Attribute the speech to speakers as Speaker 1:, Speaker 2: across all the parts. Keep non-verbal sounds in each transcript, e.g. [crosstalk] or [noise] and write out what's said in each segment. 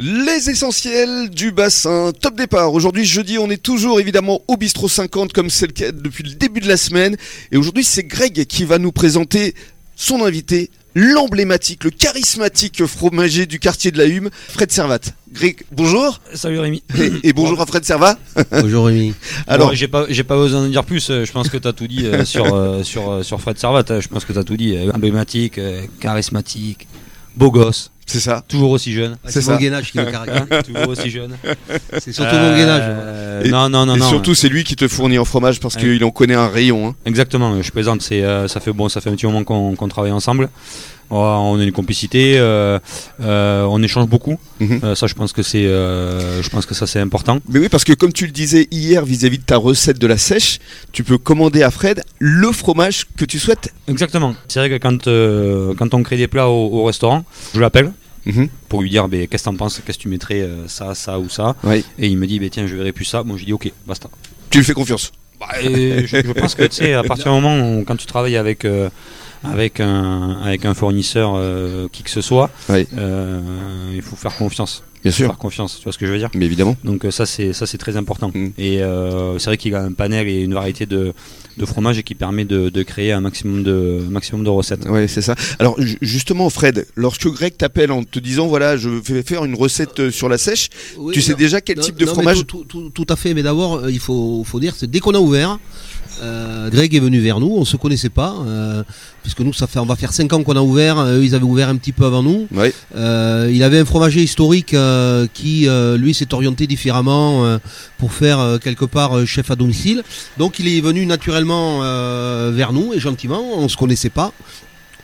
Speaker 1: Les essentiels du bassin, top départ. Aujourd'hui jeudi, on est toujours évidemment au bistrot 50 comme c'est le cas depuis le début de la semaine. Et aujourd'hui c'est Greg qui va nous présenter son invité, l'emblématique, le charismatique fromager du quartier de la Hume, Fred Servat. Greg, bonjour [laughs]
Speaker 2: Salut Rémi.
Speaker 1: et, et bonjour à Fred Servat. [laughs]
Speaker 3: Bonjour Rémi.
Speaker 1: Alors,
Speaker 2: Alors, j'ai pas, j'ai pas besoin de dire plus. euh, Je pense que t'as tout
Speaker 1: [laughs]
Speaker 2: dit euh, sur, euh, sur, euh, sur Fred Servat. euh, Je pense que t'as tout dit. euh, Emblématique, euh, charismatique, beau gosse,
Speaker 1: c'est ça.
Speaker 2: toujours aussi jeune.
Speaker 1: C'est
Speaker 3: C'est
Speaker 1: ça.
Speaker 3: mon gainage qui
Speaker 1: [laughs]
Speaker 3: me
Speaker 2: Hein,
Speaker 3: caractérise.
Speaker 2: toujours aussi jeune.
Speaker 3: C'est surtout mon gainage.
Speaker 2: Euh,
Speaker 1: Et-
Speaker 2: non, non, non,
Speaker 1: et
Speaker 2: non.
Speaker 1: surtout c'est lui qui te fournit en fromage parce
Speaker 2: Ouais.
Speaker 1: qu'il en connaît un rayon. hein.
Speaker 2: Exactement. euh, Je plaisante. C'est, euh, ça fait bon, ça fait un petit moment qu'on, qu'on travaille ensemble. Oh, on a une complicité. euh, euh, on échange beaucoup.
Speaker 1: Mhm.
Speaker 2: Euh, ça, je pense que c'est, euh, je pense que ça c'est important.
Speaker 1: Mais oui, parce que comme tu le disais hier vis-à-vis de ta recette de la sèche, tu peux commander à Fred le fromage que tu souhaites.
Speaker 2: Exactement. C'est vrai que quand, euh, quand on crée des plats au, au restaurant, je l'appelle.
Speaker 1: Mhm.
Speaker 2: pour lui dire ben, qu'est-ce que t'en penses, qu'est-ce que tu mettrais, euh, ça, ça ou ça.
Speaker 1: Oui.
Speaker 2: Et il me dit, ben, tiens, je verrai plus ça. Bon, j'ai dit, ok, basta.
Speaker 1: Tu lui fais confiance.
Speaker 2: Ah, Et je, je pense que, tu sais, à partir du moment où, quand tu travailles avec, euh, avec, un, avec un fournisseur, euh, qui que ce soit,
Speaker 1: Oui.
Speaker 2: euh, il faut faire confiance.
Speaker 1: Bien
Speaker 2: Faut Faire confiance, tu vois ce que je veux dire
Speaker 1: Ah, Mais évidemment.
Speaker 2: donc euh, ça c'est ça c'est très important
Speaker 1: Mm.
Speaker 2: et euh, c'est vrai qu'il a un panel et une variété de, de fromages et qui permet de, de créer un maximum de un maximum de recettes.
Speaker 1: Ouais, c'est ça. Alors ju- justement, Fred, lorsque Greg t'appelle en te disant voilà, je vais faire une recette euh, sur la sèche,
Speaker 3: Oui,
Speaker 1: tu sais
Speaker 3: non,
Speaker 1: déjà quel
Speaker 3: non,
Speaker 1: type de
Speaker 3: non, mais
Speaker 1: fromage
Speaker 3: tout, tout- tout- tout à fait, mais d'abord, euh, il faut, faut dire, c'est dès qu'on a ouvert, euh, Greg est venu vers nous, on se connaissait pas, euh, puisque nous, ça fait, on va faire 5 ans qu'on a ouvert, euh, eux, ils avaient ouvert un petit peu avant nous.
Speaker 1: Ouais.
Speaker 3: Euh, il avait un fromager historique euh, qui, euh, lui, s'est orienté différemment euh, pour faire euh, quelque part euh, chef à domicile. Donc, il est venu naturellement euh, vers nous et gentiment. On se connaissait pas,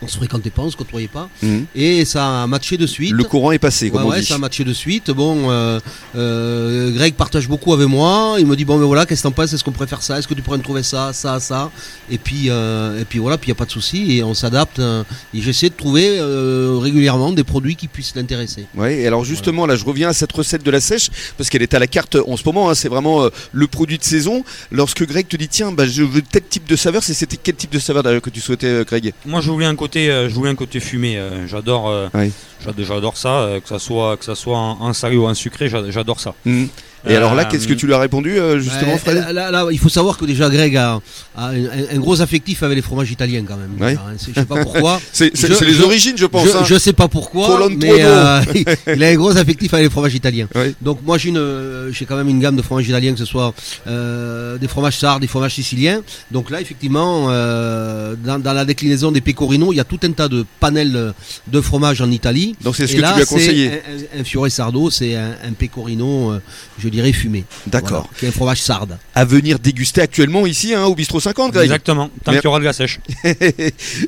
Speaker 3: on se fréquentait pas, on se côtoyait pas,
Speaker 1: Mhm.
Speaker 3: et ça a matché de suite.
Speaker 1: Le courant est passé, comme
Speaker 3: Ouais,
Speaker 1: on
Speaker 3: ouais,
Speaker 1: dit.
Speaker 3: ça a matché de suite. Bon, euh, euh, Greg partage beaucoup avec moi. Il me dit bon, mais voilà, qu'est-ce que t'en penses Est-ce qu'on préfère ça Est-ce que tu pourrais me trouver ça, ça, ça Et puis, euh, et puis voilà, puis il n'y a pas de souci et on s'adapte. hein. et j'essaie de trouver euh, régulièrement des produits qui puissent l'intéresser.
Speaker 1: Ouais, et alors justement, là, je reviens à cette recette de la sèche, parce qu'elle est à la carte en ce moment, hein, c'est vraiment euh, le produit de saison. Lorsque Greg te dit, tiens, bah, je veux tel type de saveur, c'est- c'était quel type de saveur d'ailleurs que tu souhaitais, euh, Greg
Speaker 2: Moi, je voulais un côté, euh, je voulais un côté fumé. euh, j'adore, euh,
Speaker 1: Oui.
Speaker 2: j'ad- j'adore ça, euh, que ça soit, que ça soit en, en salé ou en sucré, j'a- j'adore ça.
Speaker 1: Mhm. Et
Speaker 2: Euh,
Speaker 1: alors là, qu'est-ce que tu lui as répondu, euh, justement,
Speaker 3: Ouais,
Speaker 1: Fred
Speaker 3: là, là, là, il faut savoir que déjà Greg a, a un, un gros affectif avec les fromages italiens quand même.
Speaker 1: Ouais.
Speaker 3: déjà, hein. C'est- Je sais pas pourquoi.
Speaker 1: C'est c'est-
Speaker 3: je-
Speaker 1: c'est les
Speaker 3: je-
Speaker 1: origines, je pense.
Speaker 3: Je,
Speaker 1: hein.
Speaker 3: je sais pas pourquoi,
Speaker 1: Colonne
Speaker 3: mais
Speaker 1: Trudeau.
Speaker 3: euh, [laughs] il a un gros affectif avec les fromages italiens.
Speaker 1: Ouais.
Speaker 3: Donc moi j'ai une, euh, j'ai quand même une gamme de fromages italiens, que ce soit euh, des fromages sardes, des fromages siciliens. Donc là effectivement, euh, dans, dans la déclinaison des pecorino, il y a tout un tas de panels de fromages en Italie.
Speaker 1: Donc c'est ce
Speaker 3: Et
Speaker 1: que
Speaker 3: là,
Speaker 1: tu lui as
Speaker 3: c'est
Speaker 1: conseillé.
Speaker 3: un, un- un fiore sardo, c'est un, un pecorino, euh, je dirais fumé.
Speaker 1: D'accord.
Speaker 3: Voilà, qui est un fromage sarde.
Speaker 1: À venir déguster actuellement ici, hein, au bistrot 50, Greg. [laughs]
Speaker 2: Exactement. Tant
Speaker 1: Mais-
Speaker 2: qu'il y aura de la sèche.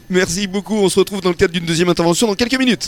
Speaker 1: Merci beaucoup. On se retrouve dans le cadre d'une deuxième intervention dans quelques minutes.